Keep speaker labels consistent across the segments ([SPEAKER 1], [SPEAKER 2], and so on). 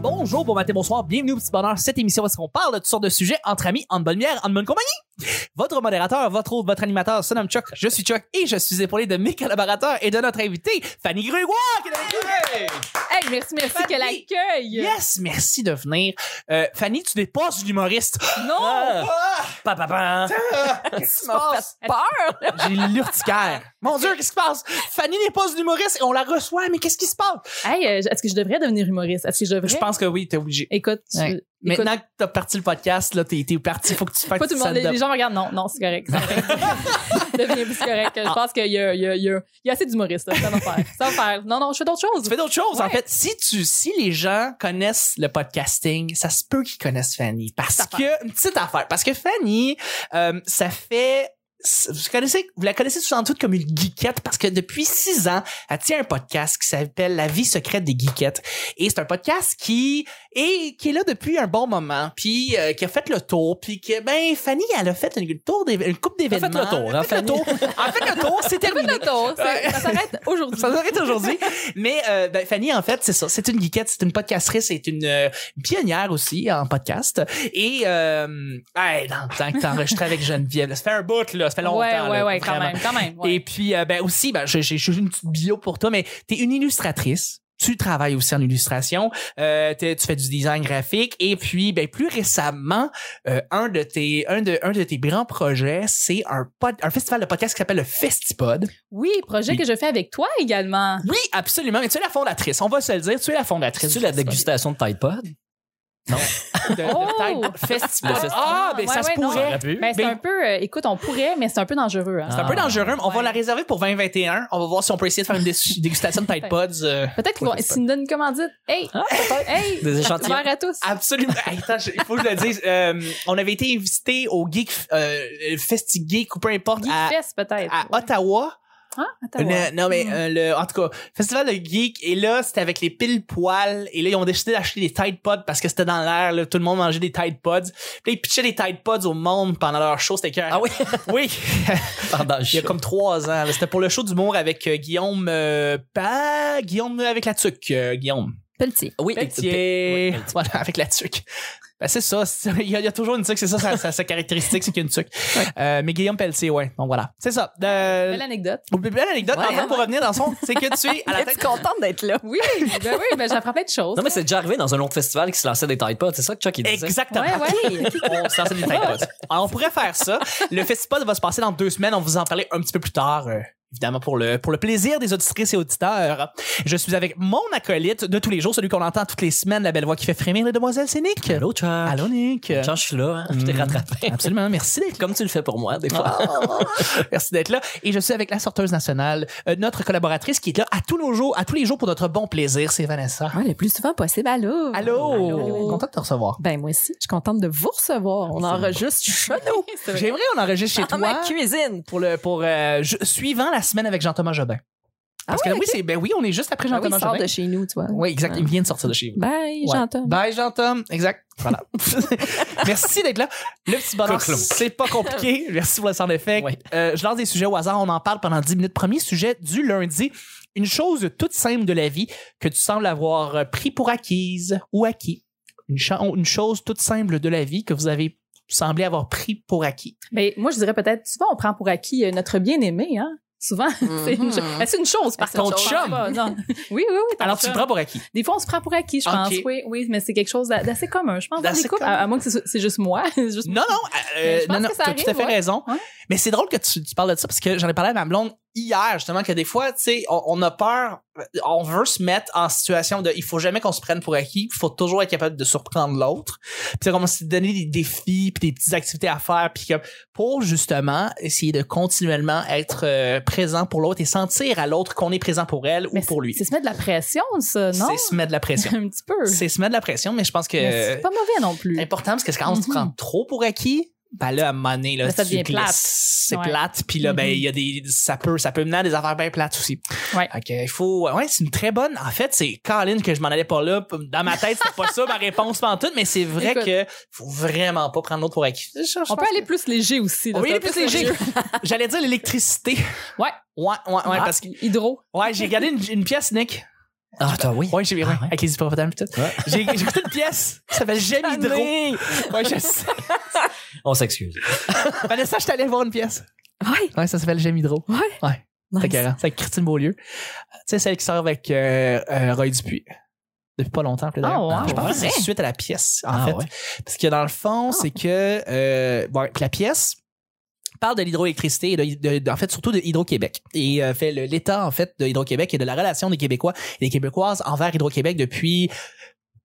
[SPEAKER 1] bonjour, bon matin, bonsoir, bienvenue au Petit Bonheur, cette émission où est-ce qu'on parle de toutes sortes de sujets entre amis, en bonne bière, en bonne compagnie. Votre modérateur, votre hôte, votre animateur se nomme Chuck, je suis Chuck et je suis épaulé de mes collaborateurs et de notre invité, Fanny Grugois, qui est avec nous.
[SPEAKER 2] Hey, merci, merci
[SPEAKER 1] Fanny.
[SPEAKER 2] que l'accueil.
[SPEAKER 1] Yes, merci de venir. Euh, Fanny, tu n'es pas une humoriste. Ah. Euh,
[SPEAKER 2] Non,
[SPEAKER 1] Pa, pa, pa. Oh! Qu'est-ce qui se
[SPEAKER 2] tu m'as
[SPEAKER 1] passe?
[SPEAKER 2] fait peur.
[SPEAKER 1] J'ai l'urticaire. Mon Dieu, qu'est-ce qui se passe? Fanny n'est pas une humoriste et on la reçoit, mais qu'est-ce qui se passe?
[SPEAKER 2] Hey, euh, est-ce que je devrais devenir humoriste? Est-ce que je devrais?
[SPEAKER 1] Je pense que oui, t'es obligé.
[SPEAKER 2] Écoute, tu-
[SPEAKER 1] Ouais.
[SPEAKER 2] écoute,
[SPEAKER 1] Maintenant que t'as parti le podcast, là, t'es, t'es parti, faut que tu fasses
[SPEAKER 2] pas tout le monde, les, les gens me regardent. Non, non, c'est correct. c'est correct. Devenir plus correct. Je pense qu'il y a, il y a- il y a- il y a assez d'humoristes. là. Ça va faire. Ça va faire. Non, non, je fais d'autres
[SPEAKER 1] Tu
[SPEAKER 2] choses.
[SPEAKER 1] fais d'autres choses, en
[SPEAKER 2] Ouais.
[SPEAKER 1] fait. Si tu, si les gens connaissent le podcasting, ça se peut qu'ils connaissent Fanny. Parce
[SPEAKER 2] Petite
[SPEAKER 1] que, une petite affaire. Parce que Fanny, euh, ça fait, vous connaissez, vous la connaissez sans doute comme une geekette parce que depuis six ans, elle tient un podcast qui s'appelle La vie secrète des geekettes. Et c'est un podcast qui est, qui est là depuis un bon moment, puis euh, qui a fait le tour, puis que, ben, Fanny, elle a fait une, une tour d'éve- une coupe
[SPEAKER 3] fait
[SPEAKER 1] d'événements.
[SPEAKER 3] le tour,
[SPEAKER 1] Elle a
[SPEAKER 3] hein,
[SPEAKER 1] fait le tour. Elle a fait le tour, c'est terminé.
[SPEAKER 2] Fais le tour. C'est- Ça s'arrête aujourd'hui.
[SPEAKER 1] Ça s'arrête aujourd'hui. Mais euh, ben, Fanny, en fait, c'est ça. C'est une geekette, c'est une podcastrice, c'est une euh, pionnière aussi en podcast. Et euh, hey, dans le temps que t'enregistrais avec Geneviève, là, ça fait un bout, là, ça fait longtemps.
[SPEAKER 2] Ouais, ouais,
[SPEAKER 1] là,
[SPEAKER 2] ouais, quand
[SPEAKER 1] vraiment.
[SPEAKER 2] même, quand même. ouais.
[SPEAKER 1] Et puis, euh, ben aussi, ben, j'ai j'ai- j'ai une petite bio pour toi, mais t'es une illustratrice. Tu travailles aussi en illustration, euh, t'es- tu fais du design graphique et puis ben plus récemment euh, un de tes un de un de tes grands projets c'est un pod, un festival de podcast qui s'appelle le Festipod.
[SPEAKER 2] Oui, projet
[SPEAKER 1] Oui.
[SPEAKER 2] que je fais avec toi également.
[SPEAKER 1] Oui, absolument. Mais tu es la fondatrice. On va se le dire. Tu es la fondatrice.
[SPEAKER 3] C'est-tu la dégustation de Tide Pod?
[SPEAKER 1] de, de
[SPEAKER 2] Oh!
[SPEAKER 1] Tide Festival.
[SPEAKER 3] Le festival.
[SPEAKER 1] Ah, ben
[SPEAKER 2] Ouais,
[SPEAKER 1] ça
[SPEAKER 2] ouais,
[SPEAKER 1] se
[SPEAKER 2] non.
[SPEAKER 1] pourrait.
[SPEAKER 3] pu.
[SPEAKER 2] Mais c'est
[SPEAKER 1] Ben-
[SPEAKER 2] un peu, euh, écoute, on pourrait, mais c'est un peu dangereux. hein.
[SPEAKER 1] C'est un peu
[SPEAKER 3] Ah.
[SPEAKER 1] dangereux. mais On va
[SPEAKER 2] Ouais.
[SPEAKER 1] la réserver pour 2021. On va voir si on peut essayer de faire une dé- dégustation de Tide Pods. euh,
[SPEAKER 2] Peut-être qu'ils
[SPEAKER 1] Ouais,
[SPEAKER 2] vont,
[SPEAKER 1] c'est Ah,
[SPEAKER 2] s'ils nous donnent une commandite, hey, hey,
[SPEAKER 3] Des échantillons.
[SPEAKER 2] ouvert à tous.
[SPEAKER 1] Absolument. Hey, attends, je- il faut que je le dise. Euh, on avait été invité au Geek euh, Festi Geek ou peu importe à,
[SPEAKER 2] Geekfest, peut-être.
[SPEAKER 1] à Ottawa.
[SPEAKER 2] Hein? Attends, ouais.
[SPEAKER 1] Le- non mais euh, le, en tout cas, festival de geek et là c'était avec les pile poils et là ils ont décidé d'acheter des Tide Pods parce que c'était dans l'air, là, tout le monde mangeait des Tide Pods. Puis là, ils pitchaient des Tide Pods au monde pendant leur show, c'était écœurant.
[SPEAKER 3] Ah oui?
[SPEAKER 1] Oui,
[SPEAKER 3] Pendant le
[SPEAKER 1] il y a
[SPEAKER 3] show.
[SPEAKER 1] comme trois ans. là. C'était pour le show d'humour avec euh, Guillaume, euh, pas Guillaume avec la tuque, euh, Guillaume.
[SPEAKER 2] Pelletier.
[SPEAKER 3] Oui,
[SPEAKER 1] Pelletier.
[SPEAKER 3] Ouais, Pelletier.
[SPEAKER 1] Voilà, avec la tuque. Ben, c'est ça, c'est- il y, a, il y a toujours une tuque, c'est ça sa, sa- sa caractéristique, c'est qu'il y a une tuque. Euh, mais Guillaume Pelletier, ouais, donc voilà. C'est ça. Euh,
[SPEAKER 2] Belle anecode.
[SPEAKER 1] belle anecdote,
[SPEAKER 3] Ouais,
[SPEAKER 1] en fait, pour revenir dans son, c'est que tu es à la tête.
[SPEAKER 4] contente d'être là?
[SPEAKER 2] Oui, ben oui, ben j'apprends plein de choses.
[SPEAKER 3] Non, mais c'est déjà arrivé dans un autre festival qui se lançait des Tide Pods. C'est ça que Chuck il disait?
[SPEAKER 1] Exactement.
[SPEAKER 2] Ouais, ouais.
[SPEAKER 1] On se lançait des Tide Pods. Alors, on pourrait faire ça. Le festival va se passer dans deux semaines. On va vous en parler un petit peu plus tard, euh, évidemment, pour le, pour le plaisir des auditrices et auditeurs. Je suis avec mon acolyte de tous les jours, celui qu'on entend toutes les semaines, la belle voix qui fait frémir les demoiselles, c'est Nick.
[SPEAKER 3] Allô, Chuck.
[SPEAKER 1] Allô, Nick.
[SPEAKER 3] Chuck, je suis là. hein. Je t'ai
[SPEAKER 1] Mm.
[SPEAKER 3] rattrapé.
[SPEAKER 1] Absolument, merci d'être
[SPEAKER 3] Comme tu le fais pour moi, des fois.
[SPEAKER 1] Merci d'être là. Et je suis avec la sorteuse nationale, euh, notre collaboratrice qui est là à tous nos jours, à tous les jours pour notre bon plaisir, c'est Vanessa.
[SPEAKER 4] Ouais, le plus souvent possible. Allô?
[SPEAKER 1] Allô?
[SPEAKER 4] Allô.
[SPEAKER 1] Content de te recevoir.
[SPEAKER 4] Ben, moi aussi, je suis contente de vous recevoir. On enregistre chez nous,
[SPEAKER 2] C'est vrai.
[SPEAKER 1] J'aimerais on enregistre chez
[SPEAKER 4] dans ma
[SPEAKER 1] toi
[SPEAKER 4] cuisine.
[SPEAKER 1] pour le pour euh, ju- suivant la semaine avec Jean-Thomas Jobin. Parce
[SPEAKER 4] Ah
[SPEAKER 1] que
[SPEAKER 4] ouais,
[SPEAKER 1] oui, c'est ben oui, on est juste après
[SPEAKER 4] Ah oui,
[SPEAKER 1] Jean-Thomas
[SPEAKER 4] sort
[SPEAKER 1] Jobin.
[SPEAKER 4] de chez nous, tu vois.
[SPEAKER 1] Oui, exact, il vient de sortir de chez vous.
[SPEAKER 4] Bye,
[SPEAKER 1] Ouais.
[SPEAKER 4] j'entends.
[SPEAKER 1] Bye Jean-Tom, exact. Voilà. Merci d'être là. Le petit bonheur,
[SPEAKER 3] Clou, clou.
[SPEAKER 1] c'est pas compliqué. Merci pour le sound effect.
[SPEAKER 3] Ouais.
[SPEAKER 1] Euh, je lance des sujets au hasard, on en parle pendant 10 minutes. Premier sujet du lundi, une chose toute simple de la vie que tu sembles avoir euh, pris pour acquise ou acquis. Une, cha- une chose toute simple de la vie que vous avez semblé avoir pris pour acquis.
[SPEAKER 2] Ben, moi, je dirais peut-être, souvent, on prend pour acquis euh, notre bien-aimé, hein. Souvent, c'est
[SPEAKER 4] Mhm.
[SPEAKER 2] une, cho- Ben, c'est une chose, par
[SPEAKER 1] Ton
[SPEAKER 2] contre.
[SPEAKER 1] chum.
[SPEAKER 2] Je pense pas, non. Oui, oui, oui. ton
[SPEAKER 1] Alors tu
[SPEAKER 2] chum.
[SPEAKER 1] le prends pour acquis.
[SPEAKER 2] Des fois, on se prend pour acquis, je
[SPEAKER 1] Ok.
[SPEAKER 2] pense. Oui, oui, mais c'est quelque chose d'a- d'assez commun. Je pense dans
[SPEAKER 1] D'assez
[SPEAKER 2] les couples, à, à moins que c'est- c'est juste moi. C'est juste
[SPEAKER 1] Non, non, euh,
[SPEAKER 2] Mais je pense
[SPEAKER 1] non, non,
[SPEAKER 2] que
[SPEAKER 1] tu
[SPEAKER 2] ça
[SPEAKER 1] as tout à
[SPEAKER 2] arrive,
[SPEAKER 1] fait
[SPEAKER 2] ouais.
[SPEAKER 1] raison.
[SPEAKER 2] Ouais.
[SPEAKER 1] Mais c'est drôle que tu, tu parles de ça parce que j'en ai parlé à ma blonde hier, justement, que des fois, tu sais, on, on a peur, on veut se mettre en situation de, il faut jamais qu'on se prenne pour acquis, il faut toujours être capable de surprendre l'autre. Puis c'est comme se donner des défis, puis des petites activités à faire, puis comme, pour justement essayer de continuellement être euh, présent pour l'autre et sentir à l'autre qu'on est présent pour elle
[SPEAKER 2] Mais
[SPEAKER 1] ou pour lui.
[SPEAKER 2] C'est se mettre de la pression, ça, non?
[SPEAKER 1] C'est se mettre de la pression.
[SPEAKER 2] Un petit peu.
[SPEAKER 1] c'est euh, se mettre de la pression, mais je pense que
[SPEAKER 2] Mais C'est pas mauvais non plus.
[SPEAKER 1] c'est important parce que quand on se
[SPEAKER 2] Mhm.
[SPEAKER 1] prend trop pour acquis, ben là, à un moment donné, là,
[SPEAKER 2] Ben, ça
[SPEAKER 1] tu
[SPEAKER 2] devient
[SPEAKER 1] te laisses-
[SPEAKER 2] plate.
[SPEAKER 1] C'est
[SPEAKER 2] Ouais. Mhm.
[SPEAKER 1] plate. Puis là, ben, il y a des, ça peut, ça peut mener à des affaires bien plates aussi.
[SPEAKER 2] Ouais.
[SPEAKER 1] Fait que, il faut, ouais, c'est une très bonne. En fait, c'est Caroline que je m'en allais pas là. Dans ma tête, c'était pas ça ma réponse pantoute, mais c'est vrai
[SPEAKER 2] Écoute.
[SPEAKER 1] que faut vraiment pas prendre l'autre pour acquis. Je- je
[SPEAKER 2] On
[SPEAKER 1] pense
[SPEAKER 2] peut aller
[SPEAKER 1] que-
[SPEAKER 2] plus léger aussi. là,
[SPEAKER 1] On peut
[SPEAKER 2] c'est
[SPEAKER 1] aller
[SPEAKER 2] un peu
[SPEAKER 1] plus léger.
[SPEAKER 2] sérieux.
[SPEAKER 1] J'allais dire l'électricité.
[SPEAKER 2] Ouais.
[SPEAKER 1] Ouais, ouais, ouais,
[SPEAKER 2] Ah,
[SPEAKER 1] parce que,
[SPEAKER 2] Hydro.
[SPEAKER 1] ouais, j'ai regardé une, une pièce, Nick.
[SPEAKER 3] Ah, toi, oui.
[SPEAKER 1] Ouais, j'ai bien
[SPEAKER 3] Ah, ouais.
[SPEAKER 1] avec les hippopotames et tout.
[SPEAKER 3] Ouais.
[SPEAKER 1] J'ai j'ai écouté une pièce qui s'appelle J'aime Hydro.
[SPEAKER 3] Année!
[SPEAKER 1] Ouais, je sais.
[SPEAKER 3] On s'excuse.
[SPEAKER 1] Vanessa, je t'allais voir une pièce.
[SPEAKER 4] Ouais,
[SPEAKER 1] Ouais, euh, ça s'appelle J'aime Hydro.
[SPEAKER 4] ouais.
[SPEAKER 1] Ouais.
[SPEAKER 4] Nice.
[SPEAKER 1] C'est écœurant. C'est avec Christine Beaulieu. Tu sais, celle qui sort avec euh, euh, Roy Dupuis. Depuis pas longtemps, plus
[SPEAKER 2] Ah,
[SPEAKER 1] d'ailleurs.
[SPEAKER 2] ouais.
[SPEAKER 1] Je pense que
[SPEAKER 3] Oh, Ouais.
[SPEAKER 1] c'est suite à la pièce, en
[SPEAKER 3] Ah,
[SPEAKER 1] fait.
[SPEAKER 3] ouais. Ah.
[SPEAKER 1] Parce que dans le fond, c'est que euh, bon, la pièce parle de l'hydroélectricité et de- de- en fait surtout de Hydro-Québec et euh, fait le- l'état en fait de Hydro-Québec et de la relation des Québécois et des Québécoises envers Hydro-Québec depuis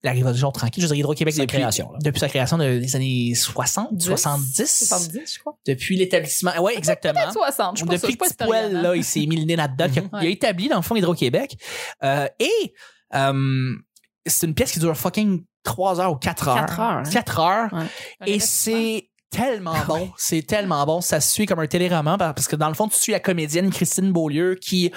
[SPEAKER 1] la révolution tranquille, je veux dire Hydro-Québec
[SPEAKER 3] Sa
[SPEAKER 1] depuis,
[SPEAKER 3] création, là.
[SPEAKER 1] depuis sa création de- des années 60,
[SPEAKER 2] 10,
[SPEAKER 1] 70,
[SPEAKER 2] 70, je crois.
[SPEAKER 1] depuis l'établissement. Ouais, exactement.
[SPEAKER 2] 60, je suis pas
[SPEAKER 1] Hein? Depuis
[SPEAKER 2] sûre, je suis pas
[SPEAKER 1] que Poil,
[SPEAKER 2] historienne, hein.
[SPEAKER 1] là, il s'est mis le nez là-dedans. Il a-
[SPEAKER 2] Mhm.
[SPEAKER 1] Il a établi, dans le fond, Hydro-Québec. Euh, et euh, c'est une pièce qui dure fucking 3 heures ou 4 heures.
[SPEAKER 4] Quatre heures, hein.
[SPEAKER 1] 4 heures.
[SPEAKER 2] J'aurais
[SPEAKER 1] Et
[SPEAKER 2] fait souvent.
[SPEAKER 1] c'est tellement bon. C'est tellement bon. Ça se suit comme un téléroman par- parce que dans le fond, tu suis la comédienne Christine Beaulieu qui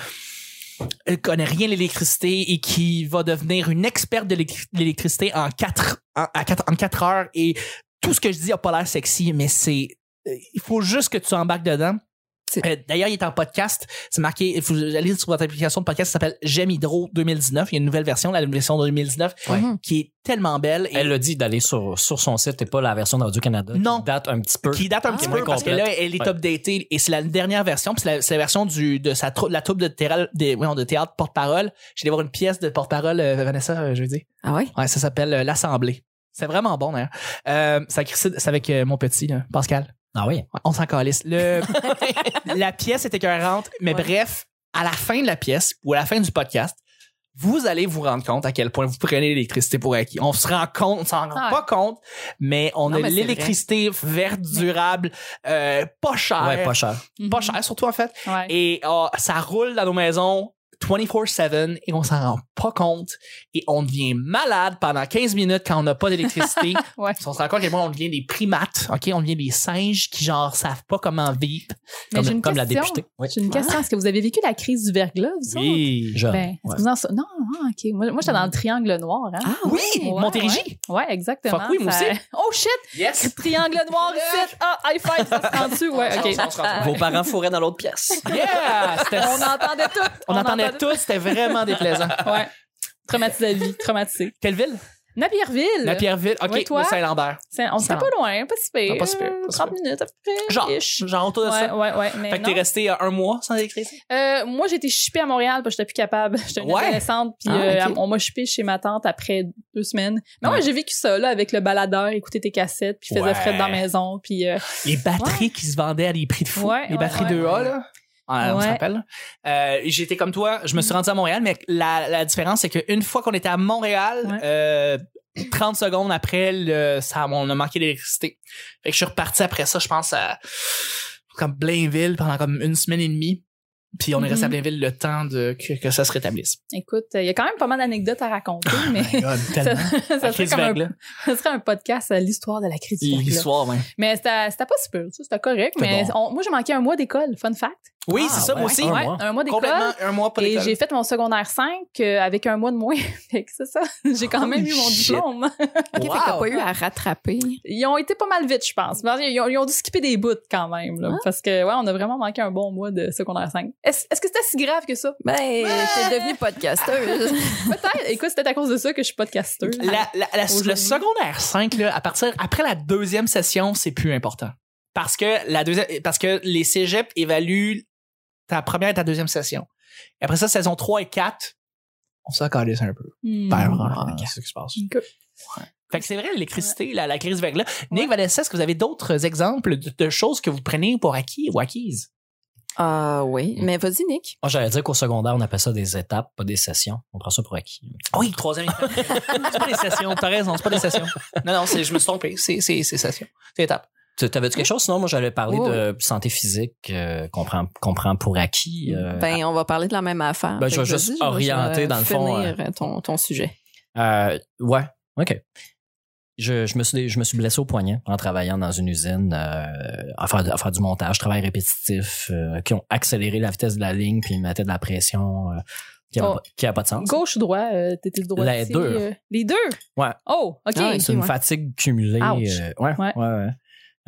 [SPEAKER 1] euh, connaît rien à l'électricité et qui va devenir une experte de l'électri- de l'électricité en quatre, en, à quatre- en quatre heures. Et tout ce que je dis a pas l'air sexy, mais c'est. euh, Il faut juste que tu embarques dedans.
[SPEAKER 4] C'est-
[SPEAKER 1] Euh, D'ailleurs, il est en podcast. C'est marqué. Vous allez sur votre application de podcast, ça s'appelle J'aime Hydro 2019. Il y a une nouvelle version, la version 2019,
[SPEAKER 4] Ouais.
[SPEAKER 1] qui est tellement belle. Et
[SPEAKER 3] Elle a dit d'aller sur, sur son site et pas la version de Radio-Canada.
[SPEAKER 1] Non.
[SPEAKER 3] Qui date un petit peu.
[SPEAKER 1] qui date un
[SPEAKER 4] Ah.
[SPEAKER 1] petit
[SPEAKER 4] Qui est
[SPEAKER 1] peu
[SPEAKER 3] moins
[SPEAKER 1] parce que là
[SPEAKER 3] complète.
[SPEAKER 1] elle est
[SPEAKER 3] Ouais.
[SPEAKER 1] updatée et c'est la dernière version puis c'est la, c'est la version du de sa trou- la troupe de théâtre des voyons, de théâtre porte-parole j'allais voir une pièce de porte-parole euh, Vanessa euh, je veux dire
[SPEAKER 4] Ah ouais?
[SPEAKER 1] ouais ça s'appelle euh, l'assemblée c'est vraiment bon d'ailleurs euh, c'est avec- c'est avec euh, mon petit là, Pascal
[SPEAKER 3] Ah oui.
[SPEAKER 1] Ouais, on s'en calisse. Le... la pièce est écœurante, mais
[SPEAKER 4] Ouais.
[SPEAKER 1] bref, à la fin de la pièce ou à la fin du podcast, vous allez vous rendre compte à quel point vous prenez l'électricité pour acquis. On se rend compte, on s'en rend
[SPEAKER 2] Ah ouais.
[SPEAKER 1] pas compte, mais on
[SPEAKER 4] Non,
[SPEAKER 1] a
[SPEAKER 4] mais c'est
[SPEAKER 1] l'électricité verte, durable, euh, pas chère.
[SPEAKER 3] Ouais, pas
[SPEAKER 1] pas,
[SPEAKER 3] cher.
[SPEAKER 1] chère surtout en fait.
[SPEAKER 2] Mhm. Ouais.
[SPEAKER 1] Et ah, ça roule dans nos maisons 24-7 et on s'en rend pas compte. Et on devient malade pendant 15 minutes quand on n'a pas d'électricité.
[SPEAKER 2] Ouais.
[SPEAKER 1] On se rend compte à quel point on devient des primates, OK? On devient des singes qui, genre, savent pas comment vivre.
[SPEAKER 2] Mais j'ai
[SPEAKER 3] Comme,
[SPEAKER 2] une
[SPEAKER 3] comme la
[SPEAKER 2] question.
[SPEAKER 3] députée. Oui.
[SPEAKER 2] J'ai une question. Est-ce que vous avez vécu la crise du verglas, vous autres?
[SPEAKER 3] Jeune.
[SPEAKER 2] Ben, est-ce
[SPEAKER 3] Ouais.
[SPEAKER 2] que vous en sou- Non, ah, OK. Moi, moi j'étais dans le triangle noir. Hein?
[SPEAKER 4] Ah
[SPEAKER 1] Oui!
[SPEAKER 2] ouais,
[SPEAKER 1] Montérégie!
[SPEAKER 2] Ouais, exactement.
[SPEAKER 1] Fuck oui, moi
[SPEAKER 2] Ça-
[SPEAKER 1] aussi.
[SPEAKER 2] Oh shit!
[SPEAKER 1] Yes!
[SPEAKER 2] Triangle noir ici. Ah, high five, ça se rend dessus. Ouais, OK.
[SPEAKER 1] Ah.
[SPEAKER 3] Vos parents fourraient dans l'autre pièce.
[SPEAKER 1] Yeah! C'était-
[SPEAKER 2] On entendait tout.
[SPEAKER 1] On, entendait tout, c'était vraiment déplaisant.
[SPEAKER 2] Ouais. Traumatisé la vie, traumatisé.
[SPEAKER 1] Quelle ville?
[SPEAKER 2] Napierville.
[SPEAKER 1] La Pierreville. OK,
[SPEAKER 2] Ouais, toi?
[SPEAKER 1] le Saint-Lambert.
[SPEAKER 2] C'est- On
[SPEAKER 1] Ça
[SPEAKER 2] serait pas loin, pas si pire.
[SPEAKER 1] Non, pas si pire,
[SPEAKER 2] Euh,
[SPEAKER 1] pas si
[SPEAKER 2] 30 minutes à peu près.
[SPEAKER 1] Genre,
[SPEAKER 2] ish.
[SPEAKER 1] genre autour de
[SPEAKER 2] Ouais,
[SPEAKER 1] ça.
[SPEAKER 2] ouais, ouais. Mais
[SPEAKER 1] Fait que
[SPEAKER 2] non.
[SPEAKER 1] t'es resté euh, un mois sans électricité?
[SPEAKER 2] Euh, moi, j'étais chippée à Montréal parce que j'étais plus capable. J'étais une
[SPEAKER 1] Ouais.
[SPEAKER 2] adolescente, puis
[SPEAKER 4] Ah,
[SPEAKER 2] euh,
[SPEAKER 4] ok.
[SPEAKER 2] on m'a chippée chez ma tante après deux semaines. Mais ouais,
[SPEAKER 1] Ouais.
[SPEAKER 2] j'ai vécu ça, là, avec le baladeur, écouter tes cassettes, puis faisais
[SPEAKER 1] Ouais.
[SPEAKER 2] fret dans la maison, puis... euh,
[SPEAKER 1] Les batteries qui se vendaient à des prix de fou.
[SPEAKER 2] Ouais,
[SPEAKER 1] les
[SPEAKER 2] ouais,
[SPEAKER 1] batteries
[SPEAKER 2] ouais.
[SPEAKER 1] 2A, là. Ah, On
[SPEAKER 2] Ouais. Mm.
[SPEAKER 1] se rappelle. Euh, J'étais comme toi, je me suis rendu à Montréal, mais la, la différence, c'est qu'une fois qu'on était à Montréal,
[SPEAKER 2] Ouais.
[SPEAKER 1] euh, 30 secondes après, le- ça, on a manqué d'électricité. Fait que je suis reparti après ça, je pense, à comme Blainville pendant comme une semaine et demie. Puis on est resté à
[SPEAKER 2] Mhm.
[SPEAKER 1] Blainville le temps de, que, que ça se rétablisse.
[SPEAKER 2] écoute, il y a quand même pas mal d'anecdotes à raconter,
[SPEAKER 1] Oh
[SPEAKER 2] mais... Ça, ça
[SPEAKER 1] La
[SPEAKER 2] serait
[SPEAKER 1] crise
[SPEAKER 2] comme un-
[SPEAKER 1] vague, là.
[SPEAKER 2] ça serait un podcast à l'histoire de la crise du verglas.
[SPEAKER 1] L'histoire, ouais.
[SPEAKER 2] Mais c'était c'était pas super, ça, c'était correct.
[SPEAKER 3] C'était
[SPEAKER 2] Mais
[SPEAKER 3] bon.
[SPEAKER 2] on- moi, j'ai manqué un mois d'école, fun fact.
[SPEAKER 1] Oui,
[SPEAKER 3] Ah,
[SPEAKER 1] c'est ça, moi
[SPEAKER 3] ouais.
[SPEAKER 1] aussi.
[SPEAKER 3] Un
[SPEAKER 2] Ouais,
[SPEAKER 3] mois.
[SPEAKER 2] un mois d'école.
[SPEAKER 1] Complètement, un mois pas
[SPEAKER 2] Et
[SPEAKER 1] d'école.
[SPEAKER 2] j'ai fait mon secondaire 5 euh, avec un mois de moins. Fait que c'est ça. J'ai quand même
[SPEAKER 1] Holy
[SPEAKER 2] eu mon
[SPEAKER 1] shit.
[SPEAKER 2] diplôme.
[SPEAKER 4] Ok, fait que t'as pas eu à rattraper.
[SPEAKER 2] Ils ont été pas mal vite, je pense. Parce qu'ils ont- Ils ont, ils ont dû skipper des bouts quand même. là. Parce que, ouais, on a vraiment manqué un bon mois de secondaire 5. Est-ce est-ce que c'était si grave que ça?
[SPEAKER 4] Ben, t'es devenue podcasteuse.
[SPEAKER 2] Peut-être. Écoute, c'était à cause de ça que je suis Ah. podcasteuse.
[SPEAKER 1] La- la- la- le
[SPEAKER 2] Aujourd'hui.
[SPEAKER 1] secondaire 5, là, à partir, après la deuxième session, c'est plus important. Parce que, la deuxième, parce que les cégeps évaluent ta première et ta deuxième session. Et après ça, saison 3 et 4, on s'en calisse un peu.
[SPEAKER 2] Hmm.
[SPEAKER 1] Ben, vraiment, c'est ce qui se passe.
[SPEAKER 2] Ok.
[SPEAKER 1] Fait que c'est vrai, l'électricité, la, la crise verglas. Nick, Vanessa, est-ce que vous avez d'autres exemples de, de choses que vous prenez pour acquis ou acquises?
[SPEAKER 4] Ah oui, mais vas-y, Nick.
[SPEAKER 3] Moi, Ah, j'allais dire qu'au secondaire, on appelle ça des étapes, pas des sessions. On prend ça pour acquis.
[SPEAKER 1] Oui, troisième. c'est pas des sessions, t'as raison, c'est pas des sessions. Non, non, c'est- je me suis trompé, c'est c'est- c'est session. C'est étape.
[SPEAKER 3] Tu- T'avais-tu quelque chose? Sinon, moi, j'allais parler
[SPEAKER 4] Oui,
[SPEAKER 3] de santé physique euh, qu'on prend, qu'on prend pour acquis. euh,
[SPEAKER 4] ben, on va parler de la même affaire.
[SPEAKER 3] Ben, je
[SPEAKER 4] Fait
[SPEAKER 3] vais
[SPEAKER 4] que
[SPEAKER 3] juste
[SPEAKER 4] vas-y, je vais-
[SPEAKER 3] orienter,
[SPEAKER 4] je vais
[SPEAKER 3] dans le fond,
[SPEAKER 4] finir, euh, ton, ton sujet.
[SPEAKER 3] Euh, ouais, ok. Je, je, me suis, je me suis blessé au poignet en travaillant dans une usine euh, à, faire, à faire du montage, travail répétitif, euh, qui ont accéléré la vitesse de la ligne puis ils mettaient de la pression euh, qui n'a
[SPEAKER 2] Oh.
[SPEAKER 3] pas de sens.
[SPEAKER 2] Gauche ou droit? euh, T'étais droit. euh,
[SPEAKER 3] Les deux.
[SPEAKER 2] les deux?
[SPEAKER 3] Ouais.
[SPEAKER 2] Oh, OK.
[SPEAKER 4] Ah,
[SPEAKER 3] C'est une
[SPEAKER 4] ouais.
[SPEAKER 3] fatigue cumulée.
[SPEAKER 2] Ouch.
[SPEAKER 3] euh, ouais,
[SPEAKER 2] Ouais.
[SPEAKER 3] ouais, ouais.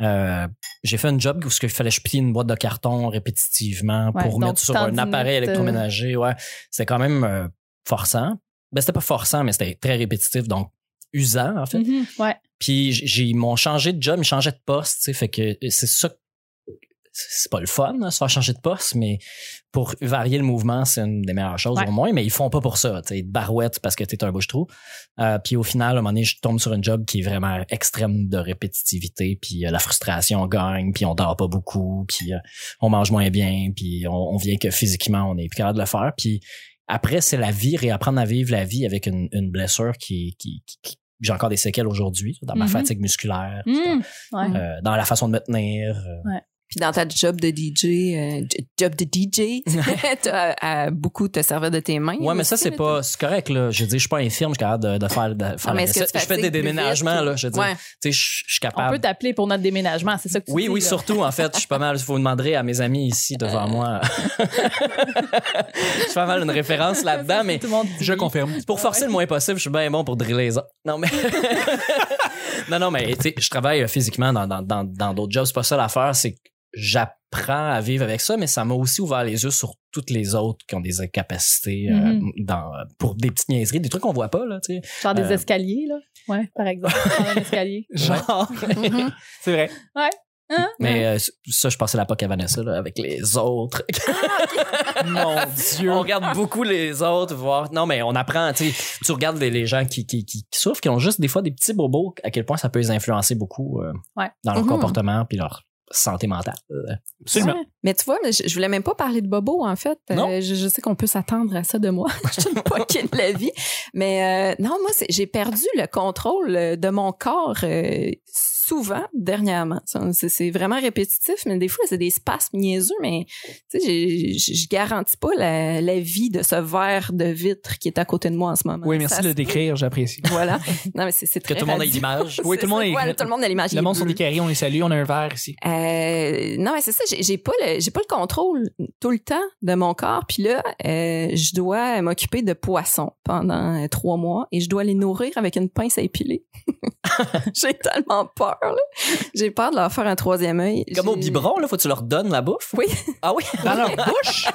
[SPEAKER 3] Euh, j'ai fait un job où ce qu'il fallait que je plie une boîte de carton répétitivement
[SPEAKER 2] Ouais,
[SPEAKER 3] pour
[SPEAKER 2] donc
[SPEAKER 3] mettre sur un
[SPEAKER 2] tendinite,
[SPEAKER 3] appareil
[SPEAKER 2] euh.
[SPEAKER 3] électroménager. Ouais, c'est quand même euh, forçant. ben, c'était pas forçant, mais c'était très répétitif, donc usant, en fait.
[SPEAKER 2] Mhm, ouais.
[SPEAKER 3] Puis j- j'ai, ils m'ont changé de job, ils changeaient de poste, tu sais, fait que euh, c'est ça. que- C'est pas le fun, hein, se faire changer de poste, mais pour varier le mouvement, c'est une des meilleures choses
[SPEAKER 2] Ouais.
[SPEAKER 3] au moins, mais ils font pas pour ça, tu sais, ils te barouettent parce que t'es un bouche-trou. Euh, puis au final, à un moment donné, je tombe sur un job qui est vraiment extrême de répétitivité, puis euh, la frustration gagne, puis on dort pas beaucoup, puis euh, on mange moins bien, puis on, on vient que physiquement, on est plus capable de le faire, puis après, c'est la vie, réapprendre à vivre la vie avec une, une blessure qui, qui, qui- qui- j'ai encore des séquelles aujourd'hui dans ma
[SPEAKER 2] Mhm.
[SPEAKER 3] fatigue musculaire, puis
[SPEAKER 2] Mhm, ouais.
[SPEAKER 3] dans, euh, dans la façon de me tenir. euh.
[SPEAKER 4] Puis dans ta job de DJ, euh, j- job de DJ, t'as à beaucoup te servir de tes mains.
[SPEAKER 3] Ouais, mais ça
[SPEAKER 4] aussi,
[SPEAKER 3] c'est
[SPEAKER 4] là,
[SPEAKER 3] pas, c'est correct là. Je dis, je suis pas infirme, je suis capable de, de faire, de faire la
[SPEAKER 4] t'as- Non, Ah, mais est-ce que
[SPEAKER 3] recette.
[SPEAKER 4] tu
[SPEAKER 3] Je fais des
[SPEAKER 4] fatigues plus vite,
[SPEAKER 3] déménagements
[SPEAKER 4] ou-
[SPEAKER 3] là. Je dis,
[SPEAKER 4] Ouais.
[SPEAKER 3] tu sais, je je suis
[SPEAKER 2] On peut
[SPEAKER 3] capable.
[SPEAKER 2] t'appeler pour notre déménagement, c'est ça que tu
[SPEAKER 3] Oui,
[SPEAKER 2] dis,
[SPEAKER 3] oui,
[SPEAKER 2] là. Euh.
[SPEAKER 3] surtout en fait, je suis pas mal. Il faut demander à mes amis ici devant moi. je suis pas mal une référence là-dedans, mais
[SPEAKER 2] Tout le monde dit. Ah
[SPEAKER 1] Je confirme.
[SPEAKER 3] Pour forcer le moins possible, je suis bien bon pour driller les autres. Non, mais. non, non, mais tu sais, je travaille euh, physiquement dans dans- dans- dans d'autres jobs. C'est pas ça l'affaire, c'est que j'apprends à vivre avec ça, mais ça m'a aussi ouvert les yeux sur toutes les autres qui ont des incapacités euh,
[SPEAKER 2] Mhm.
[SPEAKER 3] dans, pour des petites niaiseries, des trucs qu'on voit pas, là, tu sais.
[SPEAKER 2] Genre des
[SPEAKER 3] Euh,
[SPEAKER 2] escaliers, là. Ouais, par exemple. Dans un escalier.
[SPEAKER 1] Genre,
[SPEAKER 4] Mhm.
[SPEAKER 1] c'est vrai.
[SPEAKER 2] Hein?
[SPEAKER 3] Mais euh, ça, je passais la POC à Vanessa, là, avec les autres.
[SPEAKER 1] Ah, Mon Dieu.
[SPEAKER 3] on regarde beaucoup les autres, voir. Non, mais on apprend, tu sais, tu regardes les, les gens qui, qui, qui, qui souffrent, qui ont juste des fois des petits bobos, à quel point ça peut les influencer beaucoup euh,
[SPEAKER 2] Ouais.
[SPEAKER 3] dans leur
[SPEAKER 4] Mhm.
[SPEAKER 3] comportement puis leur santé mentale.
[SPEAKER 1] Absolument.
[SPEAKER 4] Mais tu vois, mais je, je voulais même pas parler de Bobo, en fait. Euh,
[SPEAKER 3] Non.
[SPEAKER 4] je, je sais qu'on peut s'attendre à ça de moi. je suis une poquée de la vie. Mais euh, non, moi, c'est- j'ai perdu le contrôle euh, de mon corps euh, souvent, dernièrement. Ça, C'est c'est vraiment répétitif, mais des fois, c'est des spasmes niaiseux. Mais tu sais, j'ai- je je garantis pas la, la vie de ce verre de vitre qui est à côté de moi en ce moment.
[SPEAKER 1] Oui, merci
[SPEAKER 4] Ça
[SPEAKER 1] de
[SPEAKER 4] se-
[SPEAKER 1] le décrire, j'apprécie.
[SPEAKER 4] Voilà. Non, mais c'est c'est
[SPEAKER 3] Que
[SPEAKER 4] très
[SPEAKER 3] tout le monde ait
[SPEAKER 4] radieux.
[SPEAKER 3] l'image.
[SPEAKER 1] Oui, tout le monde
[SPEAKER 4] C'est ça.
[SPEAKER 1] est-
[SPEAKER 4] Voilà, tout le monde a l'image.
[SPEAKER 1] Le
[SPEAKER 4] Il
[SPEAKER 1] monde
[SPEAKER 4] est
[SPEAKER 1] sont
[SPEAKER 4] bleu.
[SPEAKER 1] des carrés, on les salue, on a un verre ici.
[SPEAKER 4] Euh, non, mais c'est ça, j'ai j'ai pas le j'ai pas le contrôle tout le temps de mon corps. Puis là, euh, je dois m'occuper de poissons pendant euh, trois mois et je dois les nourrir avec une pince à épiler. j'ai tellement peur. là. J'ai peur de leur faire un troisième œil.
[SPEAKER 3] Comme au
[SPEAKER 4] J'ai-
[SPEAKER 3] biberon, là, faut que tu leur donnes la bouffe.
[SPEAKER 4] Oui.
[SPEAKER 3] Ah oui?
[SPEAKER 1] Dans leur bouche?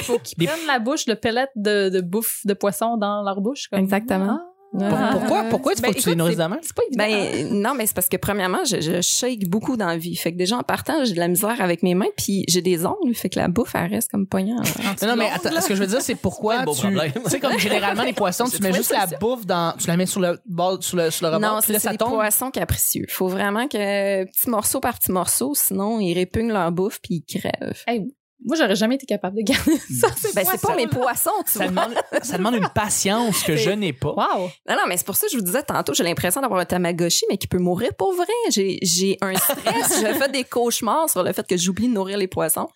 [SPEAKER 2] Il faut qu'ils
[SPEAKER 1] Des-
[SPEAKER 2] prennent la bouche, le pellet de, de bouffe de poisson dans leur bouche. Comme...
[SPEAKER 4] Exactement.
[SPEAKER 2] Ah.
[SPEAKER 4] Pour-
[SPEAKER 1] Pourquoi, pourquoi tu,
[SPEAKER 2] Ben,
[SPEAKER 1] faut que tu les
[SPEAKER 2] écoute,
[SPEAKER 1] nourrisses
[SPEAKER 2] c'est-
[SPEAKER 1] de même?
[SPEAKER 2] C'est pas évident.
[SPEAKER 4] Ben non, mais c'est parce que premièrement, je, je shake beaucoup dans la vie. Fait que déjà en partant, j'ai de la misère avec mes mains, puis j'ai des ongles. Fait que la bouffe, elle reste comme poignant.
[SPEAKER 1] Non, non, mais attends, ce que je veux dire, c'est pourquoi
[SPEAKER 3] C'est pas le
[SPEAKER 1] tu...
[SPEAKER 3] beau problème.
[SPEAKER 1] Tu sais, comme généralement, les poissons, tu mets
[SPEAKER 4] Oui,
[SPEAKER 1] juste
[SPEAKER 4] c'est
[SPEAKER 1] la
[SPEAKER 4] ça.
[SPEAKER 1] bouffe dans... Tu la mets sur le bord, sur le, sur le rebord,
[SPEAKER 4] Non,
[SPEAKER 1] puis
[SPEAKER 4] c'est
[SPEAKER 1] là, ça
[SPEAKER 4] c'est des
[SPEAKER 1] tombe.
[SPEAKER 4] poissons capricieux. Faut vraiment que petit morceau par petit morceau, sinon ils répugnent leur bouffe puis ils crèvent.
[SPEAKER 2] Moi, j'aurais jamais été capable de garder ça. ces
[SPEAKER 4] Ben,
[SPEAKER 2] poissons-là.
[SPEAKER 4] c'est pas mes poissons, tu
[SPEAKER 1] Ça
[SPEAKER 4] vois.
[SPEAKER 1] demande, ça demande une patience que je n'ai pas.
[SPEAKER 2] Wow!
[SPEAKER 4] Non, non, mais c'est pour ça que je vous disais tantôt, j'ai l'impression d'avoir un Tamagotchi, mais qui peut mourir pour vrai. J'ai j'ai un stress, je fais des cauchemars sur le fait que j'oublie de nourrir les poissons.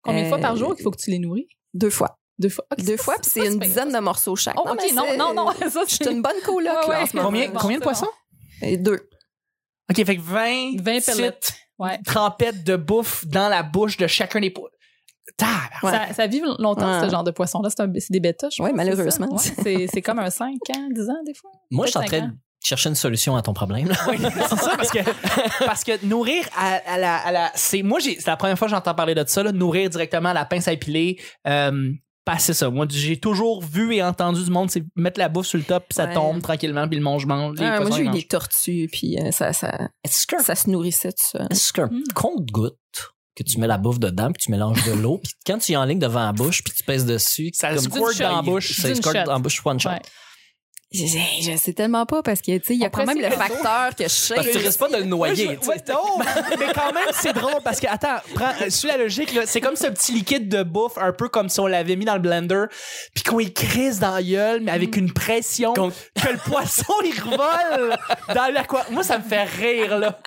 [SPEAKER 2] Combien de fois
[SPEAKER 4] Euh,
[SPEAKER 2] par jour qu'il faut que tu les nourris?
[SPEAKER 4] Deux fois.
[SPEAKER 2] Deux fois. Ok,
[SPEAKER 4] Deux
[SPEAKER 2] ça,
[SPEAKER 4] fois, puis c'est
[SPEAKER 2] ça,
[SPEAKER 4] une
[SPEAKER 2] pas-
[SPEAKER 4] dizaine de morceaux chaque.
[SPEAKER 2] Oh,
[SPEAKER 4] mais
[SPEAKER 2] ok, non,
[SPEAKER 4] c'est-
[SPEAKER 2] non, non. Ça,
[SPEAKER 4] Je suis
[SPEAKER 2] c'est
[SPEAKER 4] une bonne coloc,
[SPEAKER 2] Ouais,
[SPEAKER 4] là,
[SPEAKER 2] ouais.
[SPEAKER 4] en ce moment. Euh,
[SPEAKER 1] Combien,
[SPEAKER 2] Bon,
[SPEAKER 1] combien de
[SPEAKER 2] c'est bon.
[SPEAKER 1] poissons?
[SPEAKER 4] Et Deux.
[SPEAKER 1] OK, fait que 20,
[SPEAKER 2] 20 pellets. Ouais.
[SPEAKER 1] trempettes de bouffe dans la bouche de chacun des poissons. Tabarnak.
[SPEAKER 4] Ouais.
[SPEAKER 2] Ça, ça vit longtemps,
[SPEAKER 4] Ouais.
[SPEAKER 2] ce genre de poisson-là. C'est un- c'est des bêtas, je
[SPEAKER 4] Ouais,
[SPEAKER 2] pense, c'est
[SPEAKER 4] malheureusement.
[SPEAKER 2] ça. Ouais, c'est- c'est comme un 5 ans, 10 ans, des fois.
[SPEAKER 3] Moi, je suis en train
[SPEAKER 2] Cinq
[SPEAKER 3] de chercher une solution à ton problème. là.
[SPEAKER 1] c'est ça parce que parce que nourrir à, à la, à la- c'est moi j'ai c'est la première fois que j'entends parler de ça là, nourrir directement à la pince à épiler euh, passer ça moi j'ai toujours vu et entendu du monde c'est mettre la bouffe sur le top puis ça
[SPEAKER 4] Ouais.
[SPEAKER 1] tombe tranquillement puis le mange mange les
[SPEAKER 4] Ah, moi,
[SPEAKER 1] poissons,
[SPEAKER 4] j'ai
[SPEAKER 1] ils
[SPEAKER 4] eu des
[SPEAKER 1] mangent.
[SPEAKER 4] tortues, puis euh, ça, ça,
[SPEAKER 3] Est-ce qu'un
[SPEAKER 4] ça se nourrissait tout seul.
[SPEAKER 3] est-ce qu'un
[SPEAKER 2] Mm.
[SPEAKER 3] compte-goutte que tu mets la bouffe dedans, puis tu mélanges de l'eau, puis quand tu es en ligne devant la bouche, puis tu pèses dessus,
[SPEAKER 1] Ça
[SPEAKER 3] comme-
[SPEAKER 1] squirt dans la bouche.
[SPEAKER 3] Ça
[SPEAKER 2] D'une
[SPEAKER 3] squirt
[SPEAKER 2] shot.
[SPEAKER 3] dans la bouche one shot.
[SPEAKER 2] Ouais.
[SPEAKER 4] Je, je- je sais tellement pas parce que tu sais, il y a
[SPEAKER 2] On
[SPEAKER 4] quand même le
[SPEAKER 2] presse les
[SPEAKER 4] facteur que je sais.
[SPEAKER 3] Parce que tu risques pas de le noyer.
[SPEAKER 1] Ouais,
[SPEAKER 3] tu
[SPEAKER 1] Ben, je-
[SPEAKER 3] sais.
[SPEAKER 1] ouais, non, mais quand même, c'est drôle parce que, attends, prends, euh, suis la logique, là, c'est comme ce petit liquide de bouffe, un peu comme si on l'avait mis dans le blender, puis qu'on y crisse dans la gueule, mais avec une pression
[SPEAKER 3] Qu'on-
[SPEAKER 1] que le poisson, il revole dans l'aquarium. Moi, ça me fait rire, là.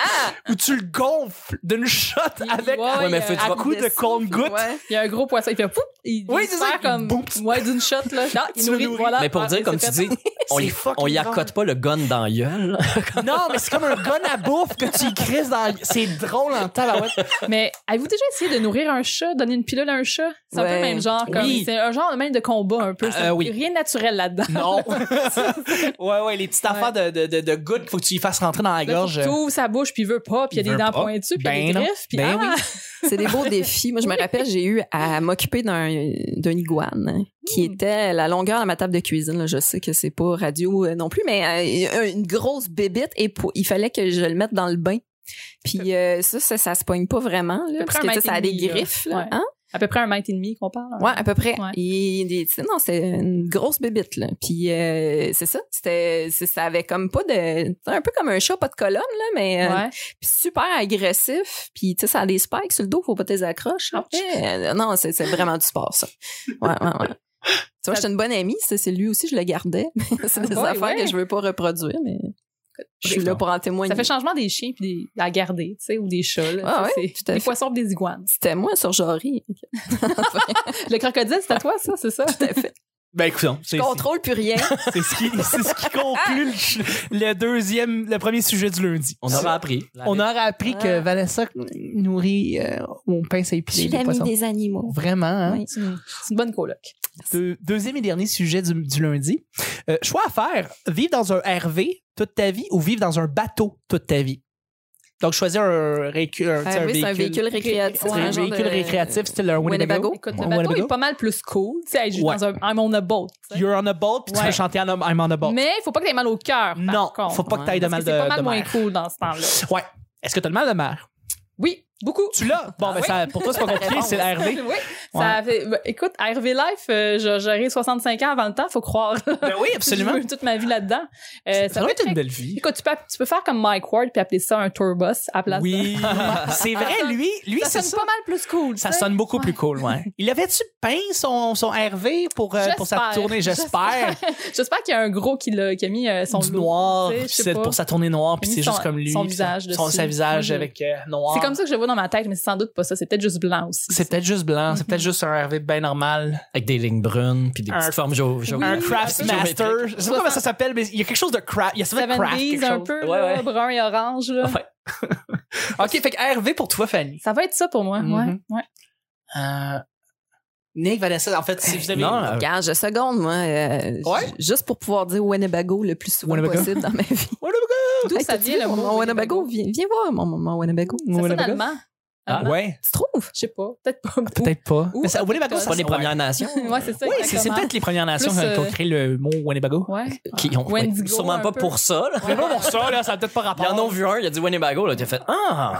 [SPEAKER 1] Où tu le gonfles d'une shot avec
[SPEAKER 2] ouais,
[SPEAKER 3] Ouais, mais fais- tu
[SPEAKER 1] à
[SPEAKER 3] vas-
[SPEAKER 1] coup de compte-goutte.
[SPEAKER 4] Ouais.
[SPEAKER 2] Il y a un gros poisson, il fait pouf! Il
[SPEAKER 1] Oui,
[SPEAKER 2] il
[SPEAKER 1] c'est
[SPEAKER 2] se
[SPEAKER 1] ça,
[SPEAKER 2] perd
[SPEAKER 1] il
[SPEAKER 2] comme.
[SPEAKER 1] boum, pss.
[SPEAKER 2] Ouais, d'une shot, là. Non, il
[SPEAKER 1] Tu le
[SPEAKER 2] nourrit,
[SPEAKER 1] nourris.
[SPEAKER 2] voilà.
[SPEAKER 3] Mais pour
[SPEAKER 2] Ah,
[SPEAKER 3] dire,
[SPEAKER 2] c'est
[SPEAKER 3] comme tu
[SPEAKER 2] fait.
[SPEAKER 3] dis, on,
[SPEAKER 1] C'est
[SPEAKER 3] y-
[SPEAKER 1] fucking
[SPEAKER 3] on y
[SPEAKER 1] drôle.
[SPEAKER 3] accote pas le gun dans la gueule.
[SPEAKER 1] Non, mais c'est comme un gun à bouffe que tu y crisses dans. la- C'est drôle en tabarouette.
[SPEAKER 2] Mais avez-vous déjà essayé de nourrir un chat, donner une pilule à un chat? C'est un peu
[SPEAKER 4] Ouais.
[SPEAKER 2] le même genre. comme-
[SPEAKER 1] Oui.
[SPEAKER 2] C'est un genre même de combat un peu.
[SPEAKER 3] Euh,
[SPEAKER 2] C'est
[SPEAKER 3] oui.
[SPEAKER 2] Rien de naturel là-dedans.
[SPEAKER 1] Non. ouais, ouais, les petites affaires de, de, de, de good qu'il faut que tu y fasses rentrer dans la
[SPEAKER 2] Là, faut
[SPEAKER 1] gorge.
[SPEAKER 2] qu'il ouvre sa bouche, puis il veut pas, puis il y a
[SPEAKER 3] Il
[SPEAKER 2] des
[SPEAKER 3] veut
[SPEAKER 2] dents
[SPEAKER 3] pas.
[SPEAKER 2] pointues, puis il y a
[SPEAKER 1] Ben non.
[SPEAKER 2] des griffes. Puis,
[SPEAKER 1] Ben
[SPEAKER 2] ah,
[SPEAKER 4] C'est des beaux défis. Moi, je me rappelle, j'ai eu à m'occuper d'un d'un iguane hein, qui
[SPEAKER 2] Hmm.
[SPEAKER 4] était la longueur de ma table de cuisine. là. Je sais que c'est pas radio euh, non plus, mais euh, une grosse bébite et pou- il fallait que je le mette dans le bain. Puis euh, ça, ça, ça se poigne pas vraiment, là,
[SPEAKER 2] C'est
[SPEAKER 4] parce
[SPEAKER 2] près
[SPEAKER 4] que
[SPEAKER 2] un
[SPEAKER 4] tu sais, ça a des
[SPEAKER 2] mètre et demi,
[SPEAKER 4] griffes.
[SPEAKER 2] là.
[SPEAKER 4] là,
[SPEAKER 2] Ouais.
[SPEAKER 4] hein?
[SPEAKER 2] à peu près un mètre et demi qu'on parle. hein.
[SPEAKER 4] Ouais, à peu près.
[SPEAKER 2] Ouais.
[SPEAKER 4] Et des- tu sais, non, c'est une grosse bébite, là. Puis euh, c'est ça, c'était, c'est- ça avait comme pas de... c'est Un peu comme un chat, pas de colonne, là, mais euh,
[SPEAKER 2] Ouais.
[SPEAKER 4] puis super agressif. Puis tu sais, ça a des spikes sur le dos, faut pas tes accroches. là.
[SPEAKER 2] Ouch.
[SPEAKER 4] Euh, non, c'est c'est vraiment du sport, ça. Ouais, ouais, ouais. Tu vois, j'étais une bonne amie, c'est c'est lui aussi, je le gardais. c'est
[SPEAKER 2] Ah,
[SPEAKER 4] des
[SPEAKER 2] boy,
[SPEAKER 4] affaires
[SPEAKER 2] ouais.
[SPEAKER 4] que je veux pas reproduire, mais je suis là pour en témoigner.
[SPEAKER 2] Ça fait changement des chiens puis des, à garder, tu sais, ou des chats. là.
[SPEAKER 4] Ah
[SPEAKER 2] Ça,
[SPEAKER 4] ouais,
[SPEAKER 2] c'est
[SPEAKER 4] tout à
[SPEAKER 2] des
[SPEAKER 4] fait.
[SPEAKER 2] poissons pis des iguanes.
[SPEAKER 4] C'était moi sur Jory.
[SPEAKER 2] Le crocodile, c'est à toi, ça, c'est ça?
[SPEAKER 1] Ben écoute, c'est
[SPEAKER 4] Contrôle plus rien.
[SPEAKER 1] c'est ce, qui- c'est ce qui conclut le, le deuxième, le premier sujet du lundi.
[SPEAKER 3] On aura appris.
[SPEAKER 1] On aurait appris que
[SPEAKER 4] Ah.
[SPEAKER 1] Vanessa nourrit euh, mon pince à
[SPEAKER 4] Je
[SPEAKER 1] épiler
[SPEAKER 4] suis
[SPEAKER 1] les
[SPEAKER 4] l'amie
[SPEAKER 1] poissons.
[SPEAKER 4] des animaux.
[SPEAKER 1] Vraiment, hein?
[SPEAKER 4] Oui.
[SPEAKER 2] C'est une c'est une bonne coloc.
[SPEAKER 1] Deux- deuxième et dernier sujet du, du lundi. Euh, choix à faire vivre dans un RV toute ta vie ou vivre dans un bateau toute ta vie. Donc, choisir un, récu- un, tu sais,
[SPEAKER 4] Ah oui, c'est un véhicule récréatif.
[SPEAKER 1] C'est un
[SPEAKER 4] genre
[SPEAKER 1] véhicule
[SPEAKER 4] de-
[SPEAKER 1] récréatif, style un Winnebago.
[SPEAKER 4] Winnebago.
[SPEAKER 2] Écoute,
[SPEAKER 1] Ouais.
[SPEAKER 2] le bateau
[SPEAKER 1] Winnebago.
[SPEAKER 2] est pas mal plus cool. Tu sais, juste
[SPEAKER 1] Ouais.
[SPEAKER 2] dans un I'm on a boat. tu sais.
[SPEAKER 1] You're on a boat, puis tu
[SPEAKER 2] Ouais.
[SPEAKER 1] peux chanter I'm I'm on a boat.
[SPEAKER 2] Mais il faut pas que t'aies mal au cœur. par
[SPEAKER 1] non,
[SPEAKER 2] contre.
[SPEAKER 1] faut pas que
[SPEAKER 4] Ouais.
[SPEAKER 1] tu ailles de mal
[SPEAKER 2] Parce
[SPEAKER 1] de,
[SPEAKER 2] que C'est pas mal
[SPEAKER 1] de
[SPEAKER 2] moins
[SPEAKER 1] mer.
[SPEAKER 2] cool dans ce temps-là.
[SPEAKER 1] Ouais. Est-ce que tu as le mal de mer?
[SPEAKER 2] Oui, beaucoup.
[SPEAKER 1] Tu l'as?
[SPEAKER 4] Ah
[SPEAKER 1] Bon, ben,
[SPEAKER 2] oui.
[SPEAKER 1] ça, pour toi, c'est pas compliqué, c'est le
[SPEAKER 2] oui,
[SPEAKER 1] RV.
[SPEAKER 2] ça fait- bah, écoute, à RV Life, euh, je- j'aurai 65 ans avant le temps, faut croire.
[SPEAKER 1] Ben oui, absolument.
[SPEAKER 2] J'ai joué toute ma vie là-dedans. Euh,
[SPEAKER 1] Ça
[SPEAKER 2] peut
[SPEAKER 1] doit être
[SPEAKER 2] très
[SPEAKER 1] une belle vie.
[SPEAKER 2] Écoute, tu peux, tu peux faire comme Mike Ward puis appeler ça un tour bus à place. de-
[SPEAKER 1] Oui. c'est vrai, lui, lui,
[SPEAKER 2] Ça
[SPEAKER 1] c'est
[SPEAKER 2] sonne
[SPEAKER 1] ça.
[SPEAKER 2] pas mal plus cool.
[SPEAKER 1] Ça
[SPEAKER 2] tu sais.
[SPEAKER 1] sonne beaucoup plus cool, ouais. Il avait-tu peint son, son RV pour, euh, pour sa
[SPEAKER 2] J'espère.
[SPEAKER 1] tournée, j'espère?
[SPEAKER 2] J'espère qu'il y a un gros qui l'a qui a mis euh, son
[SPEAKER 1] Du
[SPEAKER 2] logo.
[SPEAKER 1] noir,
[SPEAKER 2] tu sais, je sais
[SPEAKER 1] c'est
[SPEAKER 2] pas.
[SPEAKER 1] pour sa tournée noire, puis
[SPEAKER 2] Il a
[SPEAKER 1] c'est
[SPEAKER 2] mis son-
[SPEAKER 1] juste comme lui.
[SPEAKER 2] son
[SPEAKER 1] puis ça-
[SPEAKER 2] visage
[SPEAKER 1] Son,
[SPEAKER 2] dessus.
[SPEAKER 1] sa visage
[SPEAKER 2] Mhm.
[SPEAKER 1] avec euh, noir.
[SPEAKER 2] C'est comme ça que je le vois dans ma tête, mais c'est sans doute pas ça. C'est peut-être juste blanc aussi.
[SPEAKER 1] C'est peut-être juste blanc,
[SPEAKER 2] Mhm.
[SPEAKER 1] c'est peut-être juste un RV bien normal.
[SPEAKER 3] Avec des lignes brunes puis des
[SPEAKER 1] Un-
[SPEAKER 3] petites formes géo-
[SPEAKER 1] un
[SPEAKER 3] géométriques.
[SPEAKER 1] Craftsmaster. Je sais pas comment ça s'appelle, mais il y a quelque chose de craft. Il y a ça de craft.
[SPEAKER 2] 70s,
[SPEAKER 1] quelque
[SPEAKER 2] un
[SPEAKER 1] chose.
[SPEAKER 2] peu
[SPEAKER 1] Ouais,
[SPEAKER 2] là,
[SPEAKER 1] ouais.
[SPEAKER 2] brun et orange. là.
[SPEAKER 1] Ouais. Ok, fait que RV pour toi, Fanny.
[SPEAKER 2] Ça va être ça pour moi.
[SPEAKER 1] Mhm.
[SPEAKER 2] ouais, ouais.
[SPEAKER 1] Euh, Nick, Vanessa, en fait, si vous avez.
[SPEAKER 3] Non, euh,
[SPEAKER 4] Quand je seconde, moi, euh,
[SPEAKER 1] Ouais.
[SPEAKER 4] ju- juste pour pouvoir dire Winnebago le plus souvent
[SPEAKER 1] Winnebago.
[SPEAKER 4] possible dans ma vie.
[SPEAKER 2] D'où
[SPEAKER 4] Hey,
[SPEAKER 2] ça
[SPEAKER 4] t'as-tu
[SPEAKER 2] vient
[SPEAKER 4] vu
[SPEAKER 2] le
[SPEAKER 4] mon-
[SPEAKER 2] mot
[SPEAKER 4] Mon Winnebago, viens, viens voir mon, mon- mon Winnebago.
[SPEAKER 2] Ça sonne
[SPEAKER 1] Winnebago?
[SPEAKER 2] allemand.
[SPEAKER 3] Ah,
[SPEAKER 2] Allemand?
[SPEAKER 1] ouais.
[SPEAKER 4] Tu trouves?
[SPEAKER 2] Je sais pas. Peut-être pas.
[SPEAKER 1] Peut-être pas.
[SPEAKER 2] Ou-
[SPEAKER 1] Mais ça,
[SPEAKER 2] ou-
[SPEAKER 1] Winnebago,
[SPEAKER 2] c'est
[SPEAKER 3] pas les Premières Nations.
[SPEAKER 2] Ouais, c'est ça.
[SPEAKER 1] Oui, c'est c'est
[SPEAKER 2] exactement.
[SPEAKER 1] peut-être les Premières Nations
[SPEAKER 2] Plus,
[SPEAKER 1] qui ont- qui ont
[SPEAKER 2] euh,
[SPEAKER 1] créé le mot Winnebago.
[SPEAKER 2] Ouais.
[SPEAKER 3] Qui ont,
[SPEAKER 2] Wendigo,
[SPEAKER 3] sûrement
[SPEAKER 2] un
[SPEAKER 3] pas
[SPEAKER 2] peu.
[SPEAKER 3] pour ça. Là.
[SPEAKER 1] Mais pas Ah, pour ça, là, ça a peut-être pas rapport.
[SPEAKER 3] Ils en ont vu un, il a dit Winnebago, là, t'as fait Ah!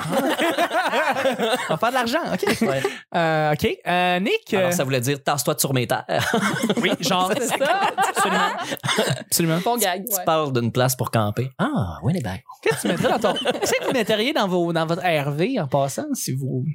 [SPEAKER 1] On va faire de l'argent, ok.
[SPEAKER 3] Ouais.
[SPEAKER 1] Euh, ok. Euh, Nick. euh,
[SPEAKER 3] Alors ça voulait dire tasse-toi sur mes terres.
[SPEAKER 1] Oui, genre.
[SPEAKER 2] C'est ça.
[SPEAKER 1] Absolument. Absolument.
[SPEAKER 2] Bon gag. ouais.
[SPEAKER 3] Parle d'une place pour camper. Ah, Winnebago.
[SPEAKER 1] Qu'est-ce que tu mettrais dans ton. Qu'est-ce que vous metteriez dans, vos, dans votre RV en passant si vous.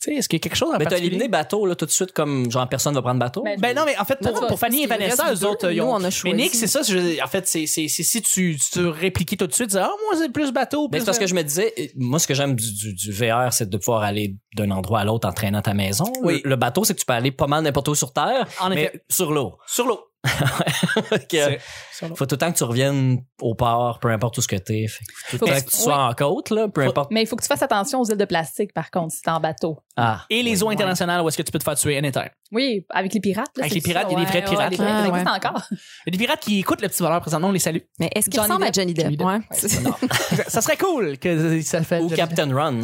[SPEAKER 1] Tu sais, est-ce qu'il y a quelque chose en
[SPEAKER 3] Mais Ben, t'as
[SPEAKER 1] particulier?
[SPEAKER 3] éliminé bateau là tout de suite comme genre personne va prendre bateau.
[SPEAKER 2] Mais-
[SPEAKER 1] Ben non, mais en fait,
[SPEAKER 2] Non,
[SPEAKER 1] pour,
[SPEAKER 2] tu
[SPEAKER 1] pour
[SPEAKER 2] vois,
[SPEAKER 1] Fanny et
[SPEAKER 2] parce qu'il
[SPEAKER 1] Vanessa,
[SPEAKER 2] reste
[SPEAKER 1] eux autres,
[SPEAKER 4] deux.
[SPEAKER 1] ils
[SPEAKER 4] Nous,
[SPEAKER 1] ont.
[SPEAKER 4] on a
[SPEAKER 1] mais
[SPEAKER 4] choisi.
[SPEAKER 1] Nick, c'est ça, je- en fait, c'est c'est- c'est si tu, tu te répliquais tout de suite, tu dis, ah, moi, c'est plus bateau.
[SPEAKER 3] Mais
[SPEAKER 1] Plus
[SPEAKER 3] c'est parce que je me disais, euh, moi, ce que j'aime du, du- du VR, c'est de pouvoir aller d'un endroit à l'autre en traînant ta maison. Le-
[SPEAKER 1] Oui.
[SPEAKER 3] Le, bateau, c'est que tu peux aller pas mal n'importe où sur Terre,
[SPEAKER 1] En
[SPEAKER 3] mais
[SPEAKER 1] effet.
[SPEAKER 3] sur l'eau.
[SPEAKER 1] Sur l'eau.
[SPEAKER 3] Fait que,
[SPEAKER 1] C'est-
[SPEAKER 3] euh, faut tout le temps que tu reviennes au port, peu importe où ce que t'es. Fait que Faut tout
[SPEAKER 2] Faut
[SPEAKER 3] le temps
[SPEAKER 2] que-
[SPEAKER 3] que tu sois en côte, là, peu
[SPEAKER 1] Faut-
[SPEAKER 3] importe.
[SPEAKER 2] Mais il faut que tu fasses attention aux îles de plastique, par contre, si t'es en bateau.
[SPEAKER 3] Ah.
[SPEAKER 1] Et les eaux internationales, où est-ce que tu peux te faire tuer anytime?
[SPEAKER 2] Oui, avec les pirates. là,
[SPEAKER 1] Avec
[SPEAKER 2] c'est
[SPEAKER 1] les pirates,
[SPEAKER 2] ça,
[SPEAKER 1] il y a des vrais
[SPEAKER 2] ouais,
[SPEAKER 1] pirates.
[SPEAKER 2] ouais, les pirates,
[SPEAKER 4] Ah,
[SPEAKER 2] ça existe
[SPEAKER 4] ouais.
[SPEAKER 2] encore.
[SPEAKER 1] Il y a des pirates qui écoutent le petit voleur présentement, on les salue.
[SPEAKER 4] Mais est-ce qu'il
[SPEAKER 2] Johnny
[SPEAKER 4] ressemble à
[SPEAKER 2] Depp.
[SPEAKER 4] Johnny Depp?
[SPEAKER 1] Johnny Depp.
[SPEAKER 4] Ouais.
[SPEAKER 1] ça serait cool que ça fait.
[SPEAKER 3] Ou Captain Run.